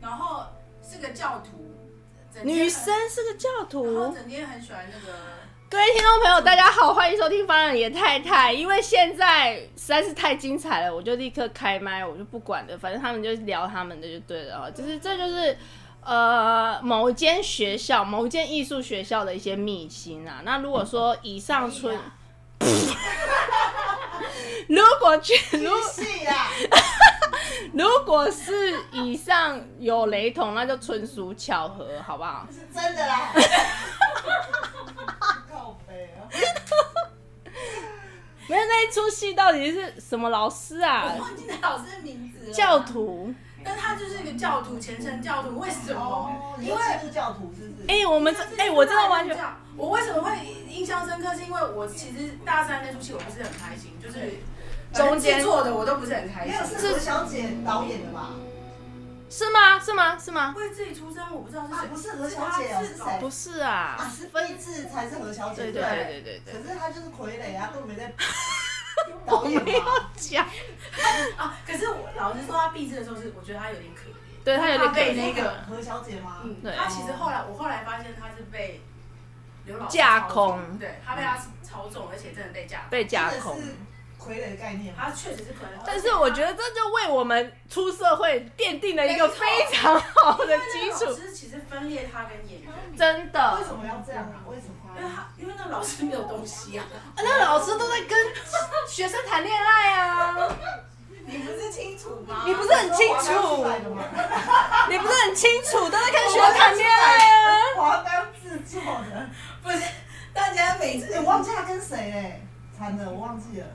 然后是个教徒，整天很女生，是个教然后徒。整天很喜欢那个，各位听众朋友，大家好，欢迎收听《方人野太太》。因为现在实在是太精彩了，我就立刻开麦，我就不管了，反正他们就聊他们的就对了啊。就是这就是呃某间学校、某间艺术学校的一些秘辛啊。那如果说以上哎春呀，如果去啊如是呀， 如果是以上有雷同，那就纯属巧合，好不好？是真的 啦。告白啊！没有那一出戏到底是什么老师啊我？忘记那老师的名字了。教，徒。但他就是一个教徒，虔诚教徒。为什么？哦因为基督教徒是不是？哎、我们这哎、我真的完全。。我为什么会印象深刻？是因为我其实大三那出戏我不是很开心，就是中间做的我都不是很开没心有，。是何小姐导演的吧？是吗？是吗？是吗？为自己出生，我不知道是啊谁。，不是何小姐哦，是谁？不是啊，啊，是分治才是何小姐。对对不对对对对，可是她就是傀儡啊，根 本没在导演嘛。讲，啊？可是我老师说他毕制的时候是，我觉得他有点可怜。对他有点他被可怜那个何小姐吗？嗯，对他其实后来，我后来发现他是被刘老师架操纵空对他被他操纵，而且真的被架空。被架真的空。是傀儡的概念吗？他确实是可能，但是我觉得这就为我们出社会奠定了一个非常好的基老础，师其实分裂他跟演员，真为的。什么要这样啊？为什因为么？他因为那个老师没有东西啊，那老师都在跟学生谈恋爱啊，你不是清楚吗？你不是很清楚我刚出来的吗？你不是很清楚，都在跟学生谈恋爱啊。华刚制作的，不是？大家每次哎，我忘记她跟谁嘞？惨了，我忘记了，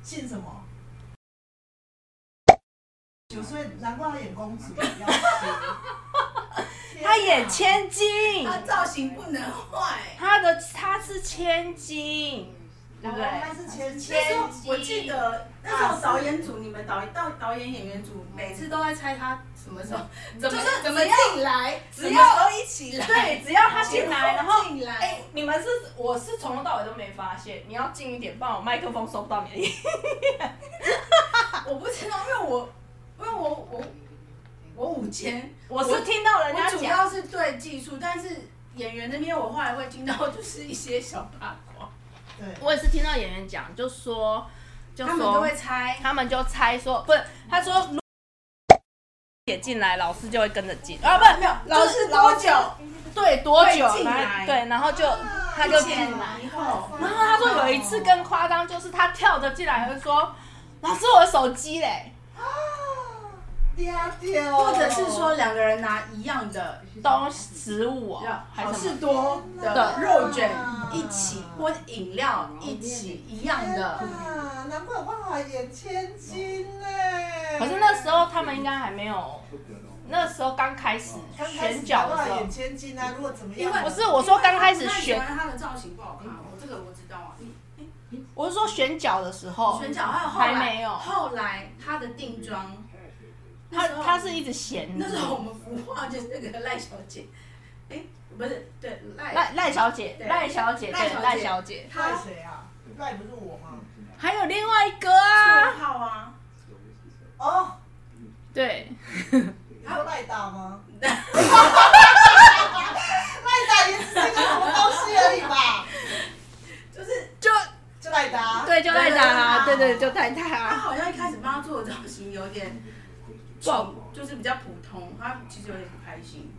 姓什么？九岁，难怪她演公主一样。 他演千金，他造型不能坏。他的他是千金，对不对？啊他是前那时候前我记得那时候导演组，你们导演到导演演员组，每次都在猜他什么时候怎么就是怎么进来，只要什么时候一起来，对，只要他进来，然后进来哎、你们是我是从头到尾都没发现，你要近一点，不然我麦克风收不到你的音。我不知道，因为我，因为我我我午间， 我是听到人我家主讲，要是对技术，但是演员那边我后来会听到就是一些小八卦，对，我也是听到演员讲，就说就他们都会猜，他们就猜说不是，他说如也进来，老师就会跟着进啊，不是没有老老师师多多久久对多久会进来然后对，然后就他就一进起来。来以后，然后他说有一次更夸张，就是他跳着进来就说：“老师，我的手机嘞嗲嗲，或者是说两个人拿一样的，东食物哦，还好是什事么多的的肉卷一起或饮料一起一样的，啊，难怪有办法演千金呢。可是那时候他们应该还没有，那时候刚开始刚开始选角的哪时怕候演，千金啊，如果怎么因样为，不是我说刚开始那喜选哦欢他的造型不好看，我这个我知道啊，你我是说选角的时候，选角，还有后还来没有后来他的定妆，那他时候他是一直闲那时候着。我们服化就是那个赖小姐，哎、不是对赖赖赖小姐，对赖小姐，赖小对姐赖小姐，赖她谁啊？赖不是我吗？还有另外一个啊绰，号啊，哦，对，你说赖打吗？对赖打也只是个什么东西而已吧，就是就就赖打。对就赖达啦，对对对对就啊赖达她啦，好像一开始帮她做的造型有点不好就是比较普通，她其实有点不开心。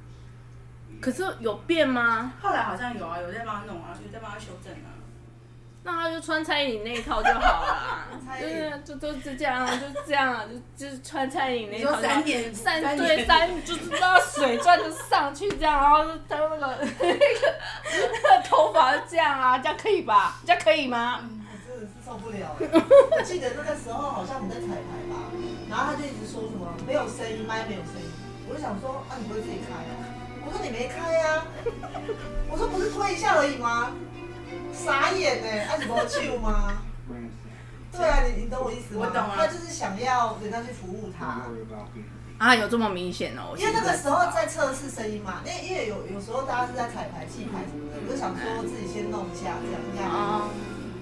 可是有变吗？后来好像有啊，有在帮她弄啊，有在帮她修正啊。那他就穿蔡依林那一套就好了啊蔡，依就林是就都是这样，就这样，啊就就是穿蔡依林那你一套就说好。三点三对点三就是那水钻就上去这样，然后他那个那个头发就这样啊，这样可以吧？这样可以吗？我真的是受不了了。欸我记得那个时候好像我们在彩排吧，然后他就一直说什么没有声音，麦没有声音。我就想说，啊，你不会自己开哦？我我说你没开呀、我说不是推一下而已吗？傻眼呢、欸，啊你没救吗？对啊，你你懂我意思吗？我懂啊他就是想要人家去服务他。啊，有这么明显哦？我因为那现在个时候在测试声音嘛，因为因为有有时候大家是在彩排、记牌什么的，我就想说自己先弄一下这样这样。哦，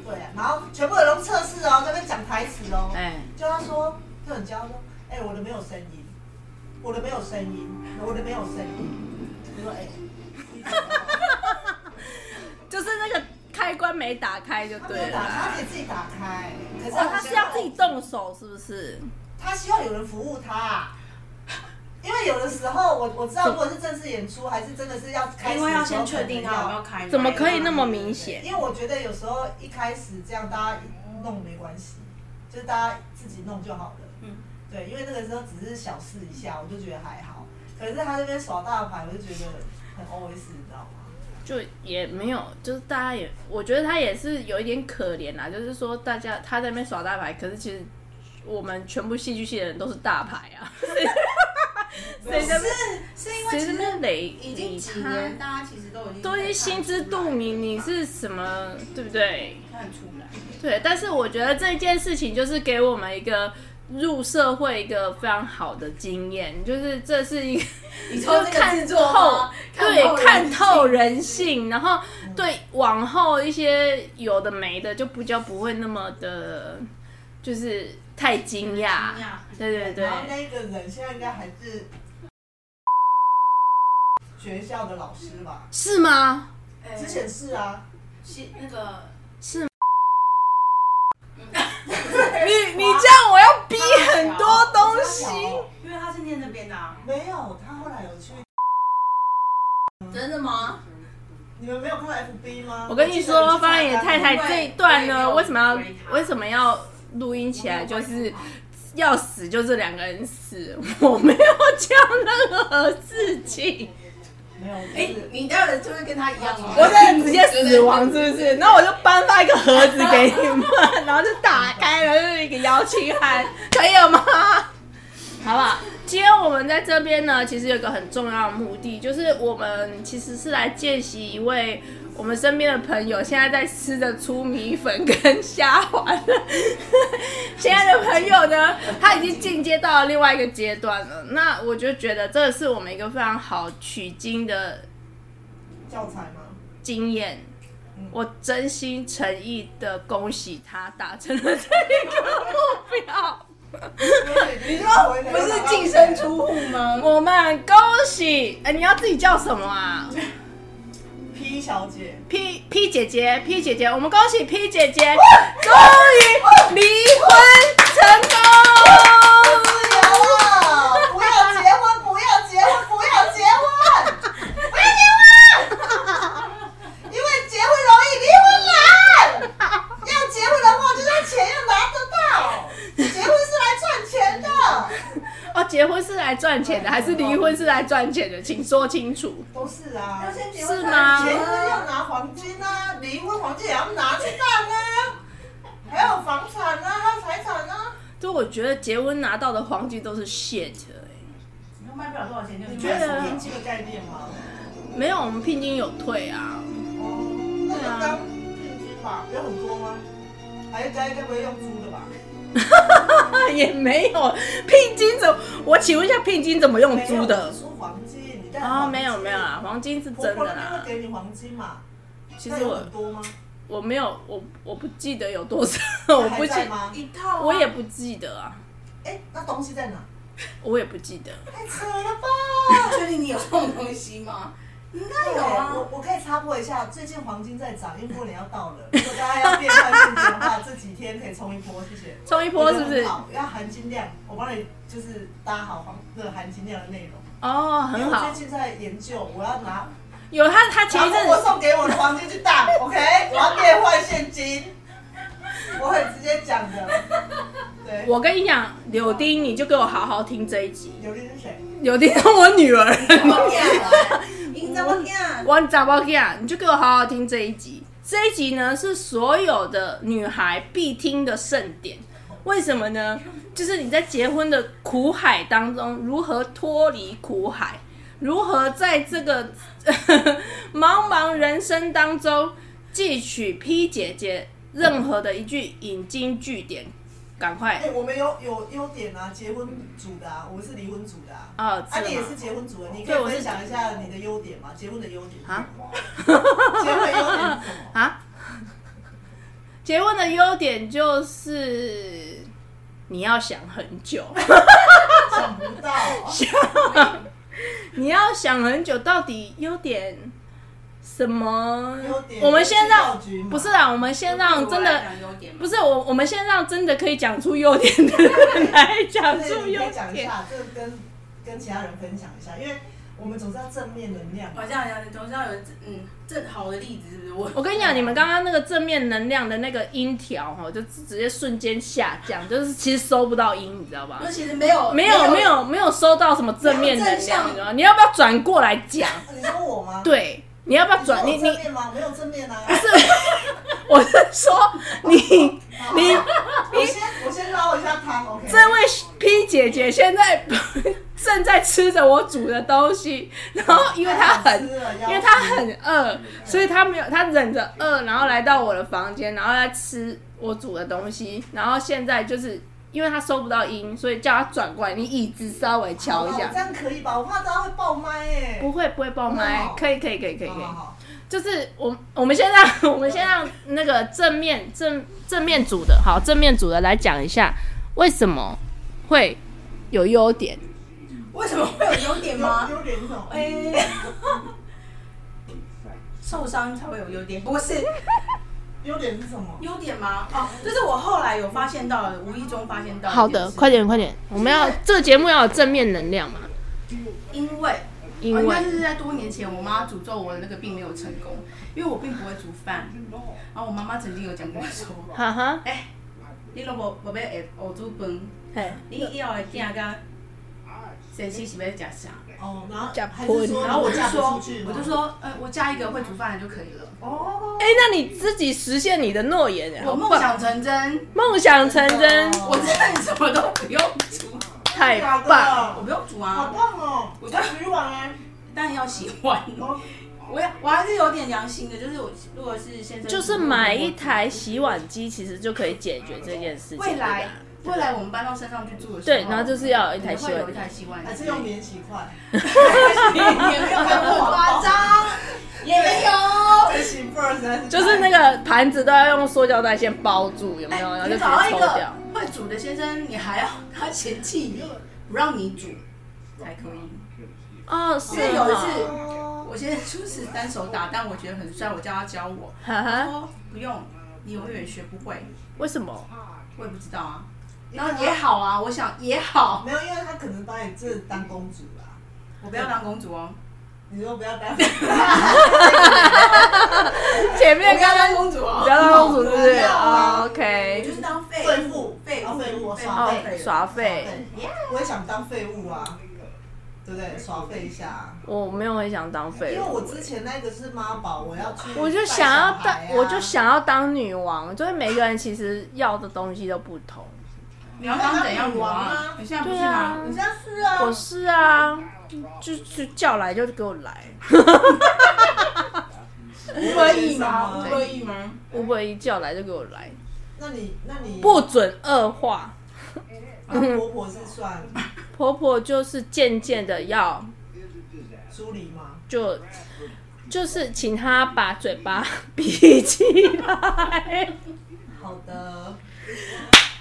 对啊，然后全部人都测试哦，在那边讲台词哦。哎，就他说就很骄傲说，哎、我的没有声音，我的没有声音，我的没有声音。我说哎，你怎么就是那个开关没打开就他没对有了打开，他啦。得自己打开。可是哦，好他像是要自己，动手是不是？他希望有人服务他。因为有的时候我我知道，如果是正式演出，还是真的是要开始的时因候，为要先确定他有没有开麦啊怎么可以那么明显？因为我觉得有时候一开始这样大家弄没关系，就是大家自己弄就好了。嗯，对，因为那个时候只是小试一下，我就觉得还好。可是他那边耍大牌，我就觉得很 OS，你知道吗？就也没有，就是大家也，我觉得他也是有一点可怜啦，就是说大家他在那边耍大牌，可是其实我们全部戏剧系的人都是大牌啊，谁在那边是因为谁其在那实边累已经理几他，年，大家其实都已经都已经心知肚明，你是什么对不对？看出来。对，但是我觉得这件事情就是给我们一个入社会一个非常好的经验，就是这是一个你说这个制作透吗，对，看透人性。性，然后对往后一些有的没的就比较不会那么的，就是太惊讶惊讶。对对对然，后那个人现在应该还是学校的老师吧？是吗？哎之前是啊，是那个 是吗。嗯 你你这样我要逼很多东西我知道。哦因为他是念那边的、啊，没有，他后来有去。真的吗？你们没有看到 FB 吗？我跟你记得说，去参加方野太太不会这一段呢，对为什么没有要为什么要录音起来？就是要死就这两个人死，我没有讲任何事情，没有，哎、哎、你待会就会跟他一样吗？哦我这直接死亡是不是？然后我就颁发一个盒子给你们，然后就打开了，就是一个邀请函，可以了吗？好不好？今天我们在这边呢，其实有一个很重要的目的，就是我们其实是来见习一位我们身边的朋友，现在在吃的粗米粉跟虾丸。现在的朋友呢，他已经进阶到了另外一个阶段了。那我就觉得这是我们一个非常好取经的教材吗？ 经验嗯，我真心诚意的恭喜他达成了这一个目标。你说 不是净身出户吗？我们恭喜，哎、你要自己叫什么啊 P 小姐， ？P P 姐姐，P 姐姐，我们恭喜 P 姐姐，终于离婚成功。自由了，不要结婚，不要结婚，不要结婚，不要结婚，因为结婚容易，离婚难。要结婚的话，就算钱要拿得到，结婚是来赚钱的。哦，结婚是来赚钱的，还是离婚是来赚钱的？请说清楚。都是啊，要先结是婚吗吗？结婚要拿黄金啊，离婚黄金也要拿去办啊，还有房产啊，还有财产啊。就我觉得结婚拿到的黄金都是 shit，、欸、你卖不了多少钱就你你觉得觉是得平均的概念吗？没有我们聘金有退啊。哦，那就当聘金吧，有很多吗？还是该该不会用租的吧？ 也没有聘金怎么？我请问一下，聘金怎么用 租的？租黄金，你带啊、黄金没有没有，啦，黄金是婆真婆的那边啦会。给你黄金嘛？其那实有我很多吗？我没有我我不记得有多少，哦我不还记，在吗？一套、啊，我也不记得啊，哎，那东西在哪？我也不记得。太扯了吧！确定你有这种东西吗？应该有对啊我。我可以插播一下，最近黄金在涨，因为过年要到了，如果大家要变换现金的话，这几天可以冲一波，谢谢。冲一波是不我觉是得很？好要含金量，我帮你就是搭好黄这个含金量的内容。哦，因为很我好最，近在研究，我要拿有他他前拿一阵婆婆送给我的黄金去 当，OK，我要变换现金，我很直接讲的。对，我跟你讲，柳丁，你就给我好好听这一集。刘丽是谁？柳丁是我女儿， 我骗了，你怎么骗？我找不到，啊你就给我好好听这一集。这一集呢是所有的女孩必听的盛典，为什么呢？就是你在结婚的苦海当中如何脱离苦海，如何在这个 茫茫人生当中汲取 P 姐姐任何的一句引经据典？赶快哎、我们有有优点啊，结婚组的啊，我们是离婚组的啊。哦，啊，你也这是个结婚组的，你可对以我是分享一下你的优点吗？结婚的优点是啊什么？结婚的优点是什么？啊，结婚的优点就是你要想很久， 想不到、啊你要想很久，到底优点什么优？点我们先让就是道具嘛不是啦，我们先让真的。优点吗不是我，我们先让真的可以讲出优点的人来讲对，出你可优以讲一点。下，这跟跟其他人分享一下，因为我们总是要正面能量嘛好。像有，总是要有人嗯正好的例子，是不是？我我跟你讲，你们刚刚那个正面能量的那个音条哈，就直接瞬间下降，就是其实收不到音，你知道吧？我其实没有没有没有没有收到什么正面能没有正量，向你知道吗？你要不要转过来 讲？啊你说我吗？，对，你要不要转？你你说我你正面吗？没有正面啊。是， 我是说你 你我先我先捞一下汤，OK。这位 P 姐姐现在 正在吃着我煮的东西，然后哦因为她太好很吃了因为要他很饿，所以他没有，他忍着饿，然后来到我的房间，然后来吃我煮的东西，然后现在就是因为他收不到音，所以叫他转过来，你椅子稍微敲一好下哦这，样可以吧？我怕他会爆麦哎。不会不会爆麦哦，可以可以可以可以可好好以，好，就是我我们先让 我们先让那个正面正正面组的好正面组的来讲一下为什么会有优点，为什么会有优点吗有？有点那种。哎、受伤才会有优点，不是优点是什么？优点吗？哦，这是我后来有发现到的，无意中发现到。 好的，快。点快点，我们要这个节目要有正面能量嘛，因为因哦应为该是在多年前，我妈诅咒我的那个并没有成功，因为我并不会煮饭。然后我妈妈曾经有讲过说， 哈哈，哎、你若无无要会学煮饭，嘿。你以后的囝甲先生是要食啥？哦，然后假还是喷说，然后我就嫁不哦说出去，吗我就，说，呃，我嫁一个会煮饭的就可以了。哦，哎、那你自己实现你的诺言耶，我梦好棒想成真，梦想成真，哦我真的什么都不用煮，太假的棒！我不用煮哦好啊，棒哦！我觉要得洗碗哎。当然要洗碗。哦我要，我还是有点良心的，就是我如果是先生，就是买一台洗碗机，其实就可以解决这件事情。未来对吧。未来我们搬到山上去住的时候，对，然后就是要有一可台能洗会有碗一机。台洗碗机，还是用免洗筷， 也没有那么夸张，也没有。免洗不然实在是就是那个盘子都要用塑胶袋先包住，有没有？然后哎你就直找到接一抽个掉。会煮的先生，你还要他嫌弃你，不让你煮才可以。哦，是因为有一次哦我先就是单手打，但我觉得很帅，我叫他教我，哈他哈，说不用，你永远学不会，为什么？我也不知道啊。然后也好啊，我想也好，没有，因为他可能把你这当公主啦。我不要当公主哦，你说不 要当，嗯我前面不刚要刚当公主不哦，要当公主是不是不要啊哦我就？OK，是当废废物废当物，废物我废耍物废废哦，人耍废。对，我也想当废物啊，对不对？耍废一下啊。我没有很想当废因为人。我之前那个是妈宝，我要去、我就想要当，啊我就，想要当女王。就是每个人其实要的东西都不同。你要当怎样女王啊？你现在不是吗？你这样是啊，我是啊，就就叫来就给我 来。无无意吗？无对，意吗？五百一叫来就给我来，啊那你那你不准恶化。那婆婆是算婆婆就是渐渐的要疏离吗？就就是请她把嘴巴 闭起来。好的，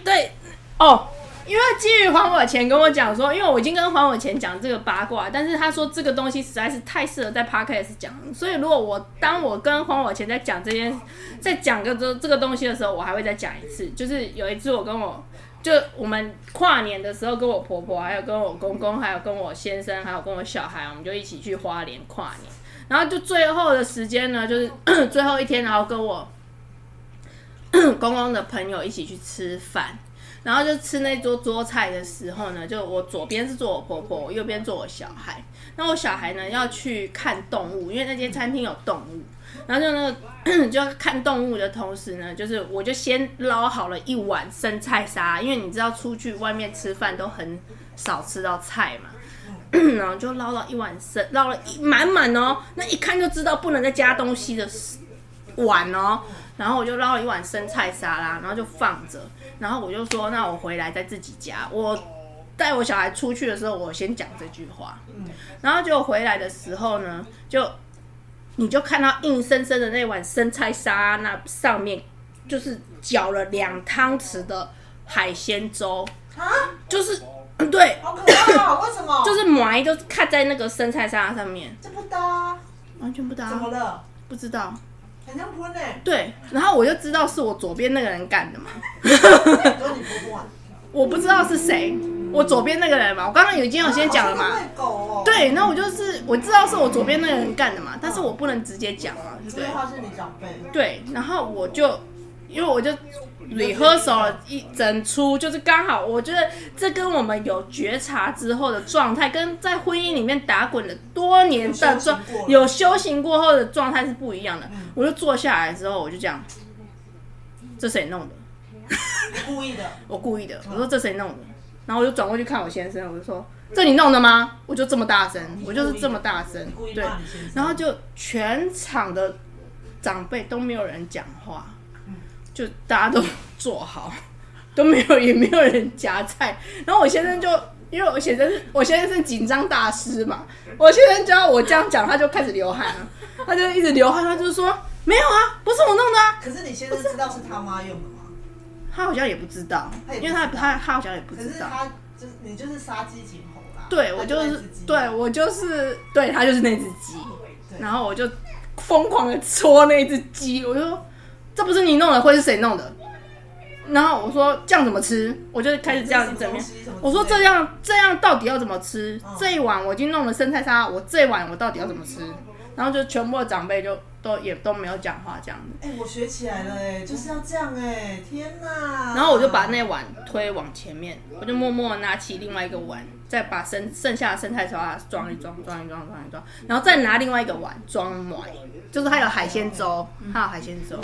对，哦，因为基于还我钱跟我讲说，因为我已经跟还我钱讲这个八卦，但是他说这个东西实在是太适合在 podcast 讲，所以如果我当我跟还我钱在讲这件，在讲个这这个东西的时候，我还会再讲一次。就是有一次我跟我就我们跨年的时候，跟我婆婆，还有跟我公公，还有跟我先生，还有跟我小孩，我们就一起去花莲跨年。然后就最后的时间呢，就是 最后一天，然后跟我 公公的朋友一起去吃饭。然后就吃那桌桌菜的时候呢，就我左边是坐我婆婆，我右边坐我小孩。那我小孩呢要去看动物，因为那间餐厅有动物。然后就那个 就看动物的同时呢，就是我就先捞好了一碗生菜沙拉，因为你知道出去外面吃饭都很少吃到菜嘛。 然后就捞了一碗生，捞了一满满哦，那一看就知道不能再加东西的碗哦。然后我就捞了一碗生菜沙拉，然后就放着。然后我就说，那我回来再自己夹。我带我小孩出去的时候，我先讲这句话。然后结果回来的时候呢，就你就看到硬生生的那碗生菜沙拉那上面，就是搅了两汤匙的海鲜粥，啊，就是 对，好可怕啊！为什么？就是埋就看在那个生菜沙拉上面，这不搭啊，完全不搭怎，么了？不知道。很像喷呢。欸 对，然后我就知道是我左边那个人干的 嘛，你说你不管。我不知道是谁，我左边那个人嘛，我刚刚已经有先讲了好嘛像。喂狗哦。，对，那我就是我知道是我左边那个人干的嘛，但是我不能直接讲嘛，对不这对句？话是你长辈。对，然后我就因为我就 rehearsal 了一整出，就是刚好我觉得这跟我们有觉察之后的状态，跟在婚姻里面打滚了多年的状有有修行过后的状态是不一样的。我就坐下来之后，我就这样，这谁弄的？你故意的。我故哦意的。我说这谁弄的？然后我就转过去看我先生，我就说这你弄的吗？我就这么大声，我就是这么大声你故，意对骂。你先生。然后就全场的长辈都没有人讲话，嗯就大家都坐好， 都没有也没有人夹菜。然后我先生就。因为我先生，我先生是紧张大师嘛，我先生只要我这样讲，他就开始流汗 了，他就一直流汗，他就说没有啊，不是我弄的啊，可是你先生知道是他妈用的吗？他好像也不知道，他也因不为他知道他他好像也不可知是道，他就是你就是杀鸡儆猴啦。对我他就爱是吃鸡对我就是对他就是那只鸡，对然后我就疯狂的戳那只鸡，我就说这不是你弄的，会是谁弄的？然后我说这样怎么吃？我就开始这样一整面这是什么东西什么之类的。我说这样这样到底要怎么吃？嗯这一碗我已经弄了生菜沙拉，我这一碗我到底要怎么吃？然后就全部的长辈就都也都没有讲话这样子。哎、我学起来了哎、就是要这样哎、天哪！嗯然后我就把那碗推往前面，我就默默地拿起另外一个碗，再把剩剩下的生菜沙拉装一装，装一装，装一装，然后再拿另外一个碗装满，就是它有海鲜粥，嗯它有海鲜粥。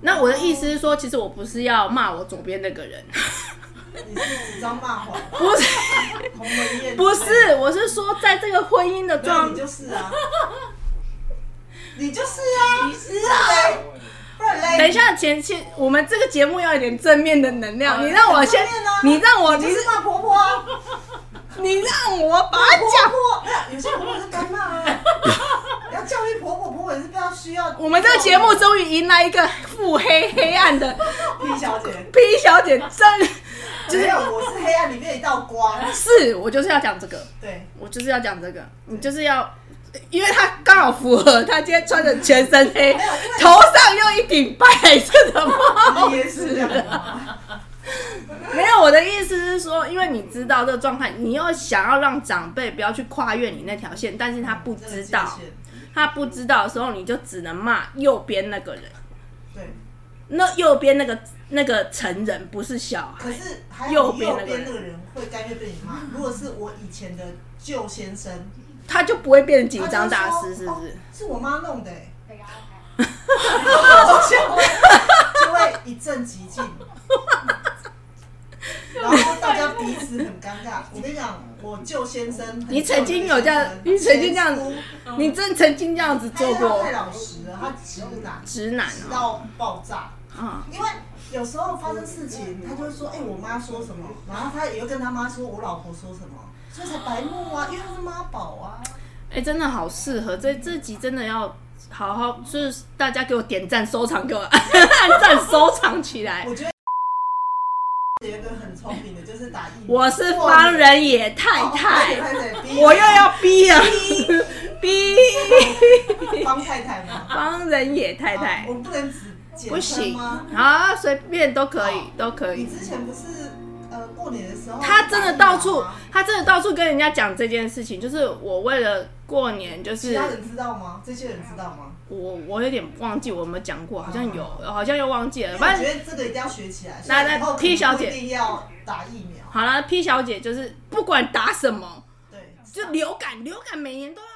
那我的意思是说，其实我不是要骂我左边那个人， 你是指张骂谎，不是，鸿门宴不是，我是说在这个婚姻的对，状你就是啊，你就是啊，你是啊，不然 嘞，等一下，前期我们这个节目要有点正面的能量，哦你让我先很正面啊，你让我，你你就是骂婆婆啊，你让我把它婆讲婆，没有有些婆婆是干骂 啊，你要教育婆婆，婆婆也是非常需要。我们这个节目终于迎来一个腹黑黑暗的 ，P 小姐， P 小姐，真就是没有，我是黑暗里面的一道光，是我就是要讲这个， 对，我就是要讲这个，你就是要，因为她刚好符合，她今天穿的全身黑，头上又一顶白色的帽你也是这子。样， 没有，我的意思是说，因为你知道这个状态，你又想要让长辈不要去跨越你那条线，但是他不知道，哦真的界限他不知道的时候，你就只能骂右边那个人，对。那右边那个那个成人不是小孩。可是还有右右边那边个人那个人会甘愿被你 骂。如果是我以前的旧先生，他就不会变成紧张大他就师，是哎说不是哦？是我妈弄的、欸， 就会就会一阵寂 静，然后大家彼此很尴尬。我跟你讲，我旧先生，你曾经有这样你曾经这样子嗯你真曾经这样子做做过，过太老实了，他直男，直男直哦，到爆炸。啊、因为有时候发生事情，他就会说：“哎、我妈说什么？”然后他也会跟他妈说：“我老婆说什么？”所以才白目啊，因为他是妈宝啊。哎、真的好适合这这集，真的要好好，就是大家给我点赞、收藏，给我 按赞、收藏起来。我觉得有一个很聪明的，就是打疫苗。我是方人野太哦太，太 太，逼我又要逼 了，逼帮太 太吗？方人野太啊太我，不能只简不称行吗？啊，随便都可以，都可你以。之前不是呃过年的时候，他真的到处打疫苗吗，他真的到处跟人家讲这件事情，就是我为了过年，就是其他人知道吗？这些人知道吗？我我有点忘记我有没有讲过，好像有，好像又忘记了。哦我反觉正得这个一定要学起来。来来所以以后 P 小姐不一定要打疫苗。好了，P 小姐就是不管打什么，对，就流感，流感每年都要